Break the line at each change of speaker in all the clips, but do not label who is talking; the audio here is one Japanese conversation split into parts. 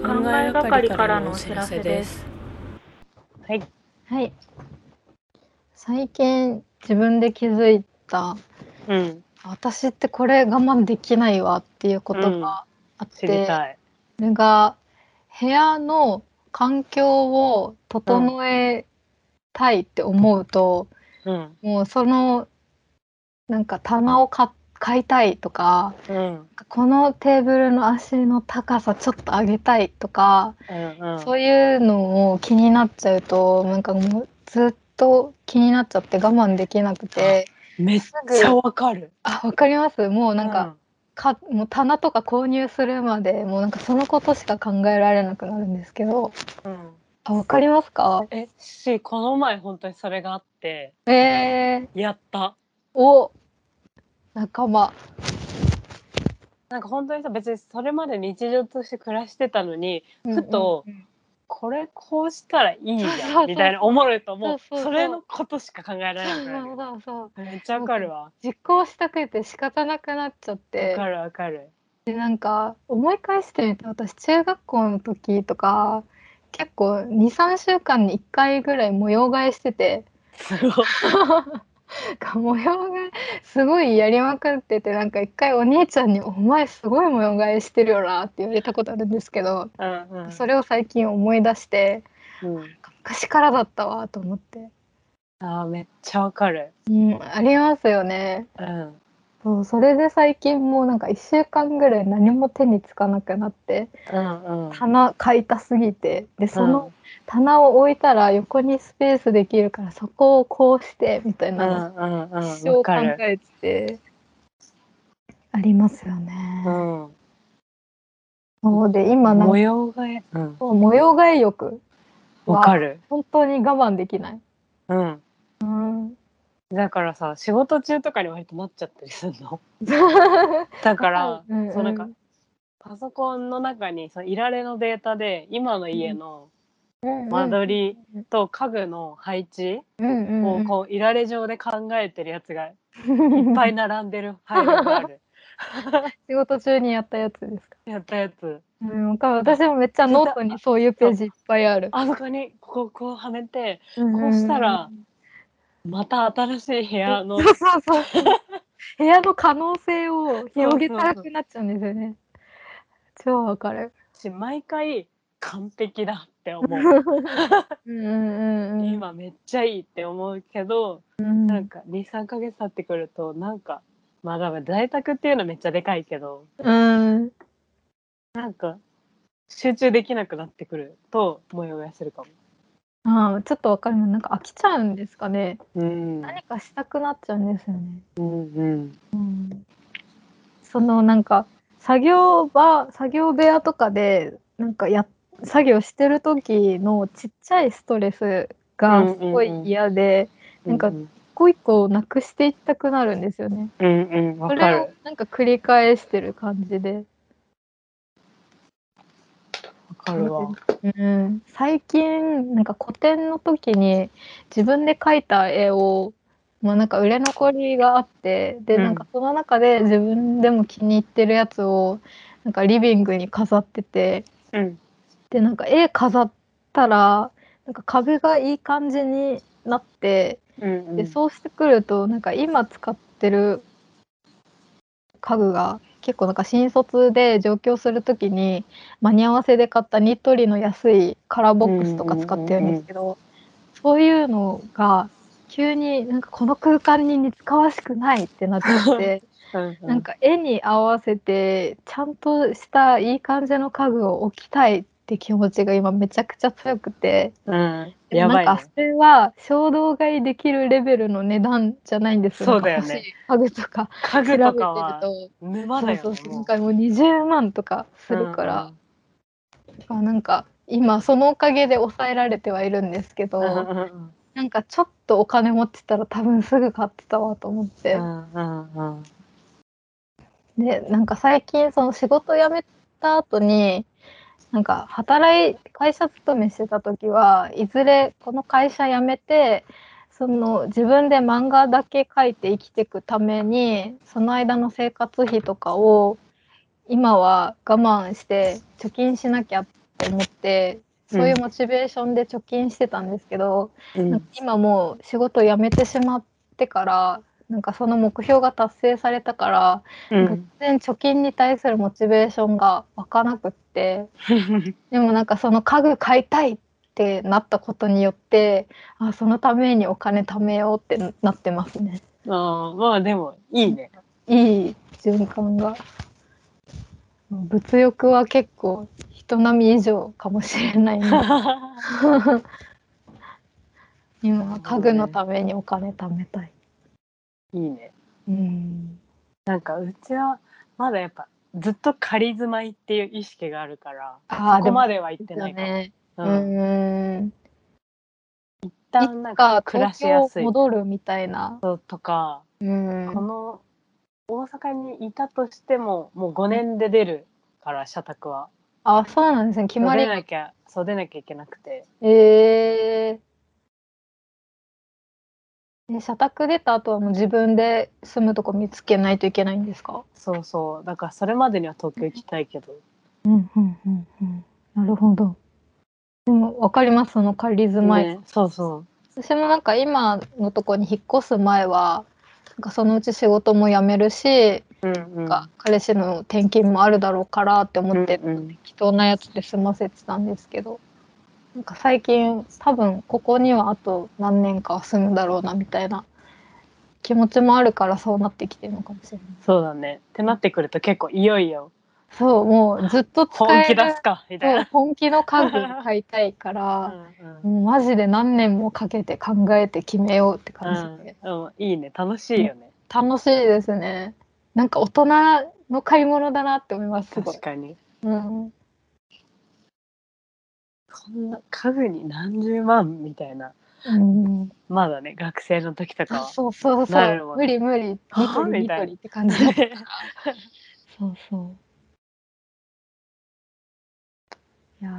考えがかりからのお知らせです。
はい。
はい。最近自分で気づいた
うん。
私ってこれ我慢できないわっていうことがあっ
知
て、
りたい。
それが部屋の環境を整えたいって思うと、
うん。
もうそのなんか棚をか買いたいとか
うん。
このテーブルの足の高さちょっと上げたいとか、
うん。うん。
そういうのを気になっちゃうとなんかもうずっと気になっちゃって我慢できなくて
めっちゃわかる。
あわかりますもうなんか,、かもう棚とか購入するまでもうなんかそのことしか考えられなくなるんですけど
うん。うん。
あわかりますか
え、し、この前本当にそれがあって、
えー、
やった。
お仲間
なんか本当にさ、別にそれまで日常として暮らしてたのに、ふと
うんうんうん
これこうしたらいい
そうそう
や
そ
ん
う
みたいな思うともう
そうそうそう
それのことしか考えられな
そ
く
う
な
そうそうそ
る。
う
めっちゃわかるわ。わ
実行したくて仕方なくなっちゃって
かるわかる。
でなんか思い返してみて私中学校の時とか結構23週間に1回ぐらい模様替えしてて
すご い。
模様替えすごいやりまくっててなんか一回お兄ちゃんに「お前すごい模様替えしてるよな」って言われたことあるんですけど
うんうん。
それを最近思い出して
うん
昔からだったわと思って、
あーめっちゃわかる。
うん、ありますよね。
うん。
そうそれで最近もうなんか1週間ぐらい何も手につかなくなって
うんうん。
棚買いたすぎてでその
うん
棚を置いたら横にスペースできるからそこをこうしてみたいな
うんうんう
のを
ん、
一生
わ
考
かる。
えててありますよね。
うん、
そうで今なん
模
か
様替え、うん、
模様替え欲
わかる。
本当に我慢できない。
うん。
うん、
だからさ、仕事中とかに割となっちゃったりする の。
だ
だから、
うんうん
そうなんか、パソコンの中に、そのいられのデータで、今の家の間取りと家具の配置を、
い
こう、いられ上で考えてるやつがいっぱい並んでる配慮があ る。
仕事中にやったやつですか。
やったやつ。
うん、わかる私もめっちゃノートにそういうページいっぱいある。
あそこに、ここ、こうはめて、
こ
うしたらまた新しい部屋の
そうそ うそうそう。部屋の可能性を広げたくなっちゃうんですよね。超わかる。
し毎回完璧だって思う、
うんうんうん。
今めっちゃいいって思うけど
うん、
なんか23ヶ月経ってくるとなんかまあだから在宅っていうのめっちゃでかいけど
うん。
なんか集中できなくなってくるとモヤモヤするかも。
ああ、ちょっとわかる。なんか飽きちゃうんですかね。
うん、
何かしたくなっちゃうんですよね。
うんうん
そのなんか作業場、作業部屋とかでなんかや作業してる時のちっちゃいストレスがすごい嫌で、なんか
うん
一個一個なくしていきたくなるんですよね。
うんわ、
そ
か
れを
る
なんか繰り返してる感じで、
わかるわ。
うん、最近なんか古典の時に自分で描いた絵を、まあ、なんか売れ残りがあってで
うん
なんかその中で自分でも気に入ってるやつをなんかリビングに飾ってて
うん
でなんか絵飾ったらなんか壁がいい感じになって
うんうん
でそうしてくるとなんか今使ってる家具が結構なんか新卒で上京するときに間に合わせで買ったニトリの安いカラーボックスとか使ってるんですけど、そういうのが急になんかこの空間に似つかわしくないってなっちゃって
うんうん
なんか絵に合わせてちゃんとしたいい感じの家具を置きたいって気持ちが今めちゃくちゃ強くて。
うん
で
や
も
ば
ないん
ね
かそれは衝動買いできるレベルの値段じゃないんですよ
そうだよね
なんか欲しい家具とか
家
調
具
べてる
とかは
と
沼だよね
そうそうそう
も
な
うん
かもう20万とかするから、まあなんか今そのおかげで抑えられてはいるんですけど、
うんうんうんうん
なんかちょっとお金持ってたら多分すぐ買ってたわと思って
う、んうんうん
でなんか最近その仕事辞めた後になんか働い会社勤めしてた時はいずれこの会社辞めてその自分で漫画だけ描いて生きていくためにその間の生活費とかを今は我慢して貯金しなきゃっと思ってそういうモチベーションで貯金してたんですけど、
うん
なんか今もう仕事辞めてしまってからなんかその目標が達成されたから、
う
なんか
ん
全然貯金に対するモチベーションが湧かなくってでもなんかその家具買いたいってなったことによってあそのためにお金貯めようってなってますね。
あーまあでもいい ね。
いい循環が物欲は結構人並み以上かもしれな いな今は家具のためにお金貯めたい、
いいね。
うん、
なんかうちはまだやっぱずっと仮住まいっていう意識があるから
あ
そ
ー
こ
でも
までは行ってないかも。
ねう
うん
ーん
一旦ないん
つか
か暮ら
東
しや
京
すい
戻るみたいな
とか、
うん
この大阪にいたとしてももう5年で出るから社宅は。
あそうなんですね決ま
出
り
なきゃそう出なきゃいけなくて。
えーえ社宅出た後はもう自分で住むとこ見つけないといけないんですか
そうそうだからそれまでには東京行きたいけど、
うんうんうんうんなるほど。でも分かりますその仮住まい、
ね、そうそう
私もなんか今のとこに引っ越す前はなんかそのうち仕事も辞めるし、
うんうん
なんか彼氏の転勤もあるだろうからって思って、
うんうん
適当なやつで済ませてたんですけどなんか最近多分ここにはあと何年かは住むだろうなみたいな気持ちもあるからそうなってきてるのかもしれない。
そうだねってなってくると結構いよいよ
そうもうずっと使
本
え
気出
る
すかみたい
そう
な。
本気の家具買いたいか
う
ら。
ん うん
もうマジで何年もかけて考えて決めようって感じで、
うんうん、いいね楽しいよね、
楽しいですねなんか大人の買い物だなって思いますすごい
確、かに
うん、
そんな家具に何十万みたいな
うん、
まだね学生の時とか
あ
は
そうそうそ
なる
う
ほど
無理無理ニ
は
ト
あ
リ
み
ニ
たいな
トリって感じだそうそういやー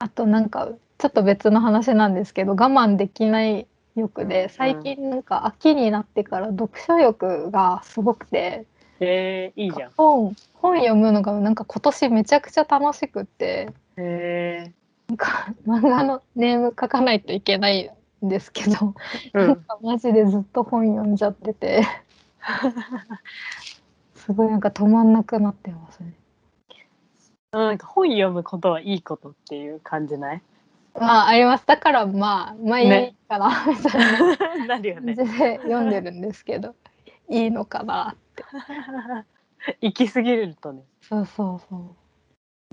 あとなんかちょっと別の話なんですけど我慢できない
う
欲
んう
で
ん
最近なんか秋になってから読書欲がすごくて、
えー、いいじゃん
本本読むのがなんか今年めちゃくちゃ楽しくって
え
漫画のネーム書かないといけないんですけど、
ー、う
なん
ん
かマジでずっと本読んじゃっ ててすごいなんか止まんなくなってますね。
なんか本読むことはいいことっていう感じない
まあありますだからまあまあいい
ね
かなみたいな
なるよ
感じ
ね
で読んでるんですけ ど、いいのかな
行き過ぎるとね
そうそうそ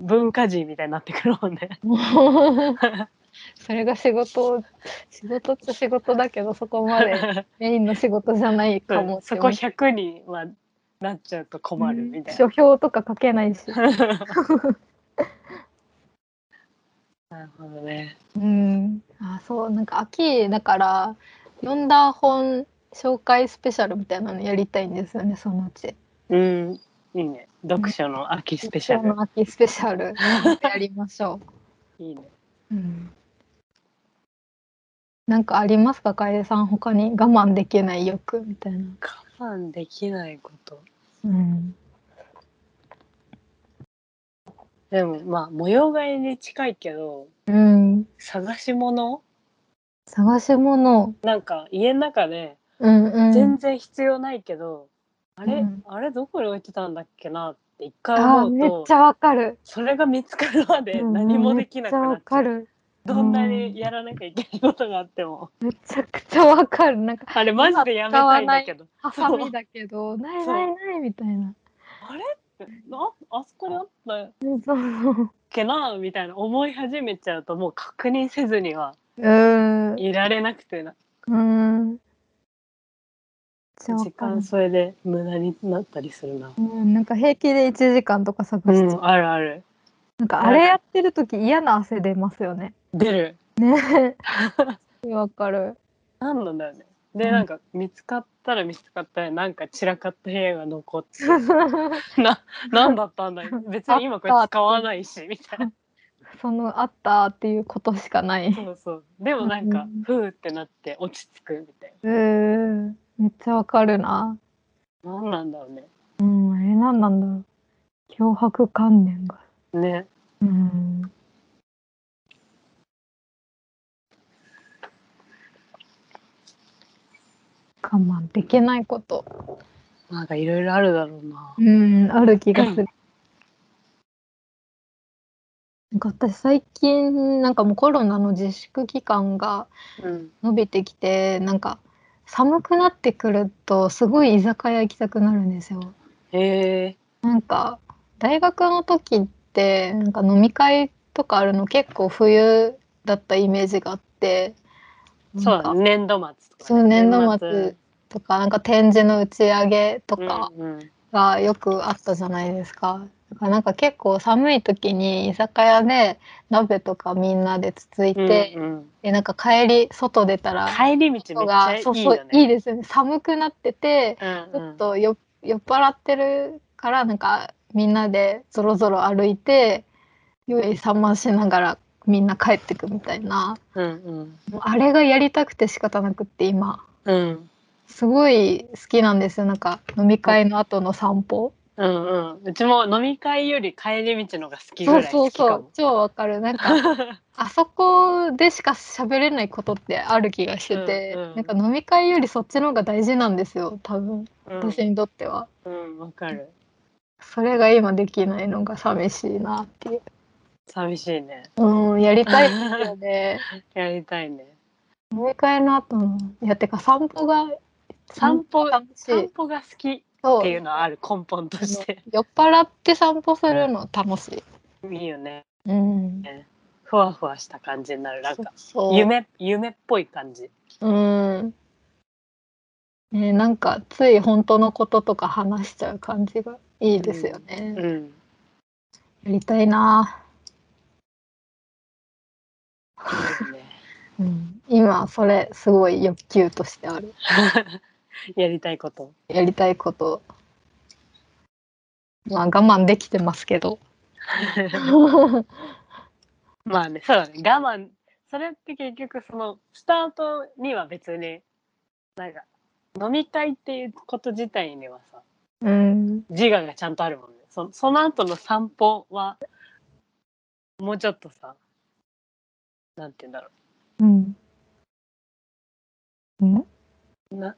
文化人みたいになってくるもんね
う。もう それが仕事仕事っちゃ仕事だけどそこまで メインの仕事じゃないかもって
そ
思
こ
う
100に、まあ、なっちゃうと困るみたい
書評とか書けないし
な。なるほどね。
うんあそうなんか秋だから読んだ本紹介スペシャルみたいなのやりたいんですよねそのうち
うん、いいね。読書の秋スペシャ
今日
ル。
の秋スペシャルやりましょ
いいね。
う、うん、なんかありますか楓さん他に我慢できない欲みたいな、
我慢できないこと。
うん、
でも、まあ、模様替えに近いけど、
うん
探し物
探し物
なんか、家の中で、
うんうん
全然必要ないけど、あれ、
うん
あれどこに置いてたんだっけなって一回
あ
思
めっ
うと
ち、ゃわかる
それが見つかるまで何もできなく
うん
な
めっちゃ
っ
わ
ちゃ
か
う。
る
どんなにやらなきゃいけないことがあっても。
めちゃくちゃわかるなんか
あれマジでやめたいんだけど。
ハサミだけど、ない
そう
ないないみたいな。
ああそこにあったっ
そうそう。
けなみたいな思い始めちゃうともう確認せずには
うん。
いられなくてな
うん。じゃ
時間それで無駄になったりするな。
うん、なんか平気で1時間とか探
う
して、
んあるある
なんかあれやってる時嫌な汗出ますよね。
出る。
わかる。
なんなんだよね。
う
で
ん
なんか見つかったら見つかったらなんか散らかった部屋が残って な何だったんだ別に今これ使わないしみたいな。
そのあったっていうことしかない。
そうそうでもなんか
うん
ふーってなって落ち着くみたい
うん。めっちゃわかるな。
な。なんなんだろうね。
うん、あれなんなんだろう。脅迫観念が。
ね。
うん我慢できないこと
なんかいろいろあるだろうな。
うんある気がする。なんか私最近なんかもうコロナの自粛期間が
うん。
伸びてきてなんか寒くなってくるとすごい居酒屋行きたくなるんですよ。
へえ。
なんか大学の時ってなんか飲み会とかあるの結構冬だったイメージがあって
そう
な
だ
んか
ね。年度末とか。
そう年度末とかなんか展示の打ち上げとか
うんうん
がよくあったじゃないですか。だからなんか結構寒い時に居酒屋で鍋とかみんなでつついて、
うんうん
でなんか帰り外出たら
帰り道めっち
人
ゃ
が
いい
そ
よ
う
ね。
そういいですよね寒くなってて
うん
ち
う
ょ
ん
っとよ酔っ払ってるからなんかみんなでぞろぞろ歩いて酔い覚ましながらみんな帰ってくみたいな
うん
もうあれがやりたくて仕方なくって今
うんうん
すごい好きなんですよなんか飲み会の後の散歩
うんうんうちも飲み会より帰り道のが好きぐ
そう
らい
そ
好
う
きかも
そう超わかるなんかあそこでしか喋れないことってある気がしてて、
うんうん
なんか飲み会よりそっちの方が大事なんですよ多分
うん
私にとっては。
うんわかる
それが今できないのが寂しいなっていう。
寂しいね
うん、やりたいですよね。
やりたいね
飲み会の後の、いや、てか散歩が、
散歩
楽し
散
い。
歩が好きっ
そ
て
う。
いうのはある根本として
酔っ払って散歩するの楽しい。
いいよね
うん。
ふわふわした感じになるなんか
そう。
夢夢っぽい感じ
うん。ね、なんか、つい本当のこととか話しちゃう感じがいいですよね。
うん
やりたいな。
いいね
うん。今、それ、すごい欲求としてある。
やりたいこと
やりたいこと。まあ我慢できてます けど。
まあねそうだね我慢それって結局そのスタートには別になんか飲み会っていうこと自体にはさ
うん。
自我がちゃんとあるもんねそその後の散歩はもうちょっとさなんて言うんだろ
うん。うん。
うな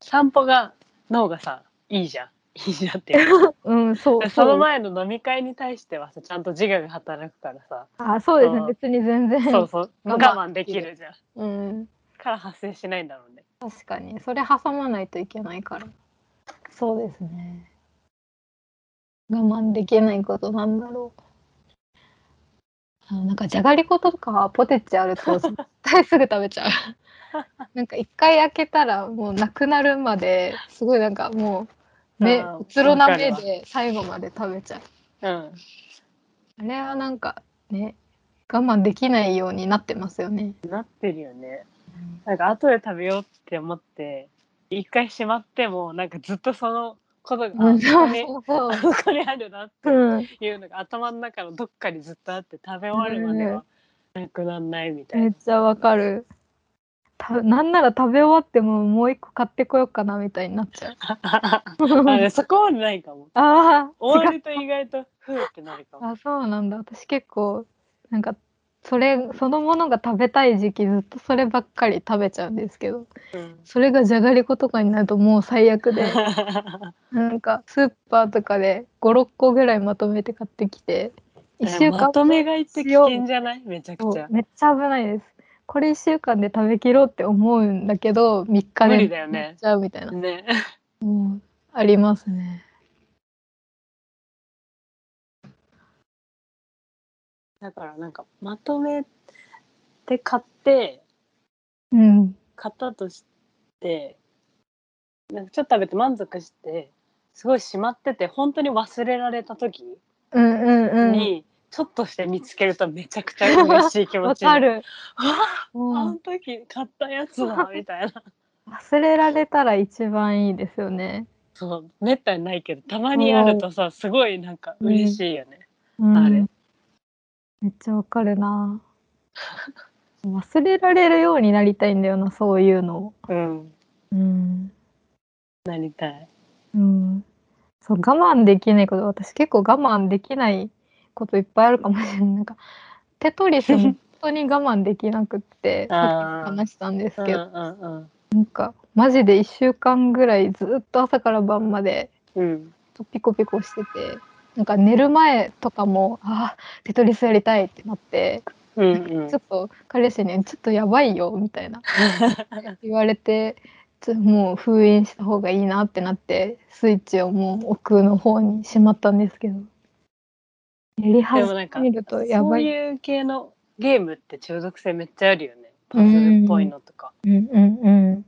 散歩が脳がさいいじゃんいいじゃんっていうか
うん、そう。
その
う
前の飲み会に対してはさちゃんと自我が働くからさ
あ、そうですね
うん。
別に全然。
そうそう
我
我
慢
慢できるじゃん
うん。
から発生しないんだろうね
確かに。それ挟まないといけないから。そうですね。我慢できないことなんだろう。あのなんかじゃがりことかポテチあ ると絶対すぐ食べちゃう。なんか一回開けたらもうなくなるまですごいなんかもう目
あー
うつろな目
わかる
で最後まで食べちゃう。
うん
あれはなんかね我慢できないようになってますよね。
なってるよねなんか後で食べようって思って一回しまってもなんかずっとそのことが
う
あ
ん
そ
そ
こ
う
に
そうそう
あそこにあるなって
うん
いうのが頭の中のどっかにずっとあって食べ終わるまではなくなんないみたい
めっ
な。
ちゃわかる。たなんなら食べ終わってももう一個買ってこようかなみたいになっちゃう。
あねそこまでないかも。
あ
終
あ
わ
違う
ると意外とふーってなるかも。
あそうなんだ私結構なんかそれそのものが食べたい時期ずっとそればっかり食べちゃうんですけど
うん
それがじゃがりことかになるともう最悪で なんかスーパーとかで56個ぐらいまとめて買ってきて1週間
まとめ買いって危険じゃないめちゃく
そう
ちゃ。
めっちゃ危ないです。これ1週間で食べきろうって思うんだけど3日
無
で
理だよね
やっちゃうみたいな、
ね。
もうありますね。
だからなんかまとめて買って
うん
買ったとしてなんかちょっと食べて満足してすごいしまってて本当に忘れられた時に、
うんうんうん。
ちょっとして見つけるとめちゃくちゃ嬉しい気持
わ
ちにな
かる。
わ ああ
も
の時買ったやつだみたいな
う忘れられたら一番いいですよね。
そうめったにないけどたまにあるとさすごいなんか嬉しいよね、
うん
あれ
めっちゃわかるな。 忘れられるようになりたいんだよなそういうの。
うん
うん。
なりたい
うん、そう我慢できないこと私結構我慢できないこといっぱいあるかもし れない。なんかテトリスも本当に我慢できなくって
あー
さっき話したんです
うん
け
う
ど、
ん
なんかマジで1週間ぐらいずっと朝から晩まで
うんうん
ピコピコしててなんか寝る前とかも「あーテトリスやりたい」ってなって、
うんうん
ちょっと彼氏に「ちょっとやばいよ」みた いな言われてちょもう封印した方がいいなってなってスイッチをもう奥の方にしまったんですけどやり
で
始
もなんか
めるとや
そ
ば
う
い。
いう系のゲームって中毒性めっちゃあるよねパズルっぽいのとか
うんうんうん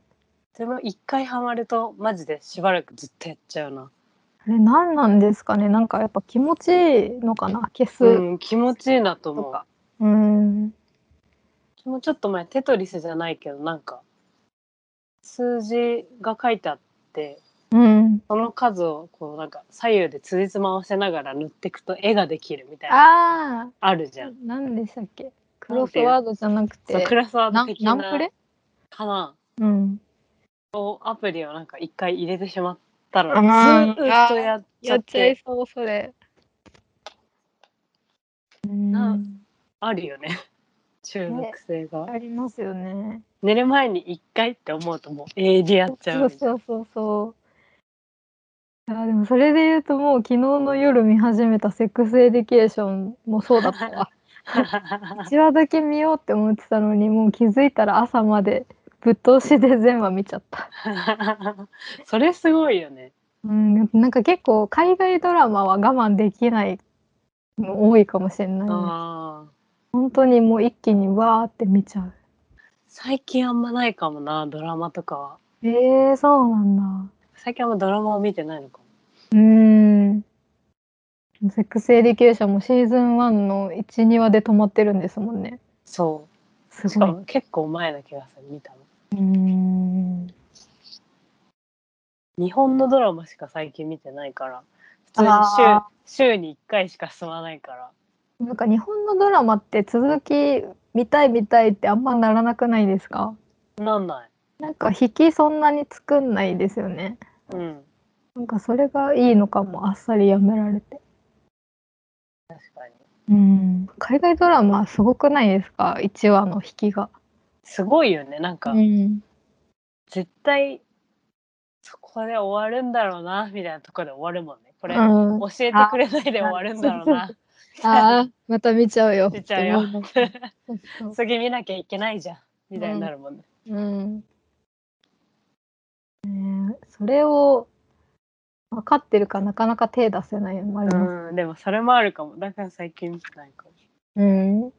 でも一回ハマるとマジでしばらくずっとやっちゃうな
あれ何なんですかねなんかやっぱ気持ちいいのかな消す、
うん気持ちいいなと思
と
う
かうん
もうちょっと前テトリスじゃないけどなんか数字が書いてあって
うん、
その数をこうなんか左右でつじつま合わせながら塗っていくと絵ができるみたいな
あ
あるじゃ
あ
ん。
何でしたっけクロスワードじゃなく
そう
て
クラスワー
な
ド
ん
的
ナ
な
ンプレ
かな
うん
をアプリをなんか一回入れてしまったらず
あー
ーっとやっちゃ
や
っ
っちゃい
て
そうそれ
な
うん
あるよね中毒性が、
ありますよね
寝る前に一回って思うともう永遠にやっちゃ
そううそうそうそうあでもそれで言うともう昨日の夜見始めた「セックスエディケーション」もそうだった わ1話だけ見ようって思ってたのにもう気づいたら朝までぶっ通しで全話見ちゃった、
それすごいよね
うん、なんか結構海外ドラマは我慢できないの多いかもしれないね、
あー
本当にもう一気にわーって見ちゃう
最近あんまないかもなドラマとかは
えー、そうなんだ
最近あんまドラマを見てないのかも
うーんセックスエディケーションもシーズン1の12話で止まってるんですもんね
そ
す
うし
ご
か
い
も結構前な気がする見たの
うーん
日本のドラマしか最近見てないから
あ
普通に週週に1回しか進まないから
なんか日本のドラマって続き見たい見たいってあんまならなくないですか
なんない
なんか引きそんなに作んないですよね
うん
なんかそれがいいのかもあっさりやめられて
確かに
うん海外ドラマすごくないですか1話の引きが
すごいよねなんか、
ん
絶対そこで終わるんだろうなみたいなところで終わるもんねこれ、
うん
教えてくれないで終わるんだろうな
ああ、また見ちゃうよ。
見ちゃうよ
って思いますねそうそう
次見なきゃいけないじゃんみたいになるもんね、
うん。ねえそれを分かってるかなかなか手出せないのもあり
う
ます。
ん、でもそれもあるかもだから最近見てないかも
うん。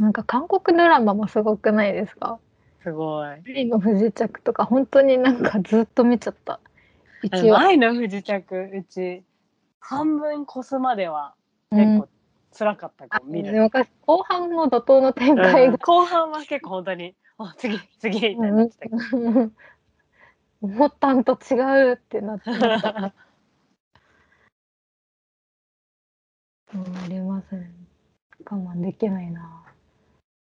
なんか韓国ドラマもすごくないですか
すごい
愛の不時着とか本当になんかずっと見ちゃった。
あ
一
の
話。
愛の不時着うち半分越すまでは結構辛かったかも、
うん
見
ね
る、
わかる後半の怒涛の展
う
開
ん
が、
後半は結構本当に 「あ次次」みたいになってたけど
思ったんと違うってなっなった。うん、ありますね。我慢できないな。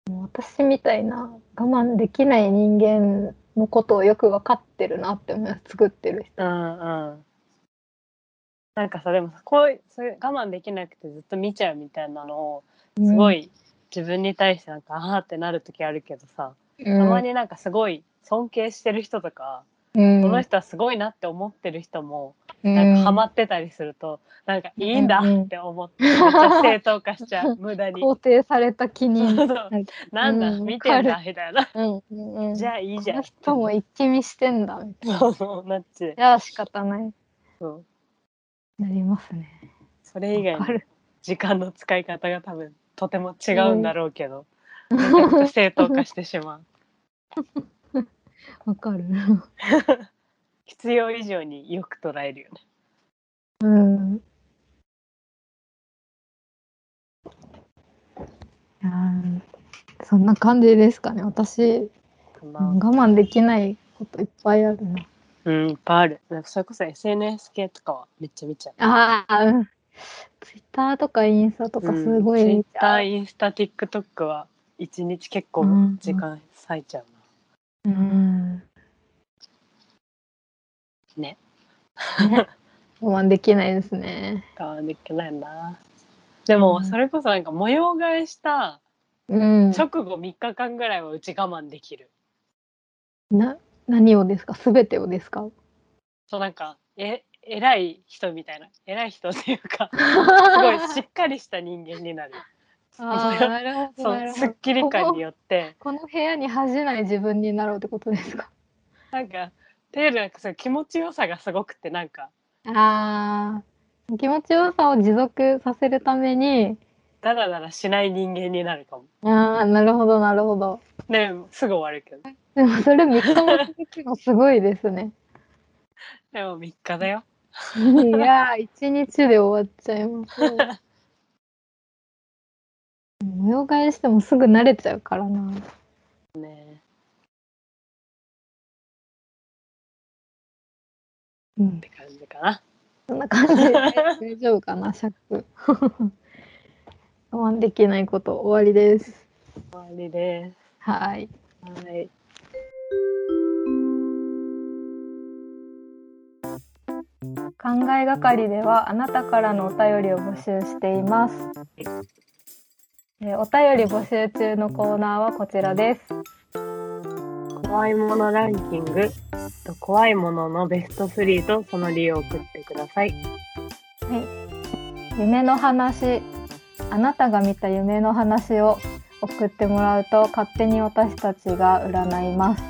もう私みたいな我慢できない人間のことをよく分かってるなって思います。作ってる
うんうんなんかさでもこういうそういう我慢できなくてずっと見ちゃうみたいなのを
人。
すごい自分に対してなんかああってなる時あるけどさ
うん、
たま
に、
になんかすごい尊敬してる人とか、
うん、
この人はすごいなって思ってる人も
うん、
なんかハマってたりするとなんかいいんだって思ってめっちゃ正当化しち ゃう無駄に。
肯定された気に。う、
そうんそうなんだ
うん
見てん
わ
だ
か
みたいな
うん、うん。
じゃあいいじゃ
こ
ん
の人も一気見してんだみたいな。
そうそうなっち
じゃあ仕方ない。
そう
なりますね。
それ以外
わ
に
かる
時間の使い方が多分とても違うんだろうけど、めちゃくちゃ正当化してし まう
わかる。
必要以上によく捉えるよね
うん。いやーそんな感じですかね。私、
こんな
我慢できないこといっぱいあるな。
うんいっぱいあるなんかそれこそ SNS 系とかはめっちゃ見ちゃう
ああ、うん。ツイッターとかインスタとかすごい
うん、
見
Twitter
ちゃう、
インスタ TikTok は一日結構
うん
時間割いちゃうな、
うん。
ね
ね。我慢できないですね。
我慢できないなで
う
も
ん
それこそなんか模様替えした
うん、
直後3日間ぐらいはうち我慢できる。
な何をですか全てをですか
そうなんかえ偉い人みたいな偉い人っていうか
す
すごいしっかりした人間になる。
あーなるほど
そ
なる
う
ほ
す
ど
っきり感によって
この部屋に恥じない自分になろうってことですか
なんかっていうよりなんかその気持ちよさがすごくてなんか
あー気持ちよさを持続させるために
ダラダラしない人間になるかも。
ああなるほどなるほど
ねすぐ終わるけど
でもそれ3日も続くのすごいですね
でも3日だよ。
いやー1日で終わっちゃいます模様替えしてもすぐ慣れちゃうからな
ね
うん
って感じかな。
そんな感じで 大丈夫かなシャック我慢できないこと終わりです
終わりで
はい
す。はい。
考えがかりではあなたからのお便りを募集しています。えーお便り募集中のコーナーはこちらです。
怖いものランキングと怖いもののベスト3とその理由を送ってください。
夢の話、あなたが見た夢の話を送ってもらうと勝手に私たちが占います。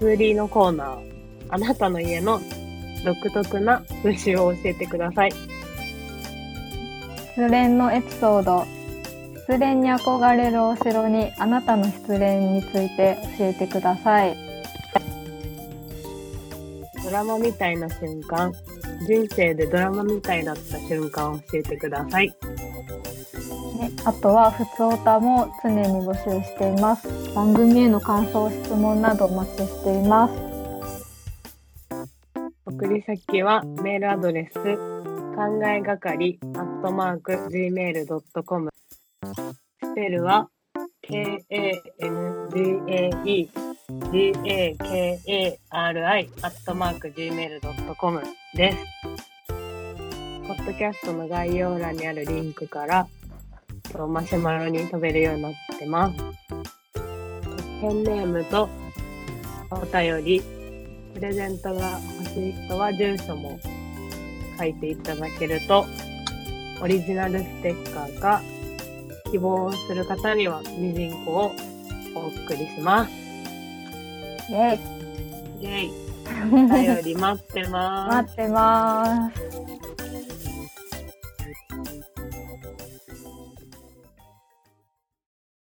祭りのコーナー、あなたの家の独特な風習を教えてください。
失恋のエピソード、失恋に憧れるお城にあなたの失恋について教えてください。
ドラマみたいな瞬間、人生でドラマみたいだった瞬間を教えてください。
ねあとはふつおたも常に募集しています。番組への感想、質問などお待ちしています。
送り先はメールアドレス、考えがかり、アットマーク、gmail.com。スペルは、k-a-n-g-a-e、g-a-k-a-r-i、アットマーク、gmail.com です。ポッドキャストの概要欄にあるリンクから、とマシュマロに飛べるようになってます。ペンネームとお便り、プレゼントが欲しい人は住所も書いていただけると、オリジナルステッカーか、希望する方にはミジンコをお送りします。
イエイ
イェイ。お便り待ってます。
待ってます。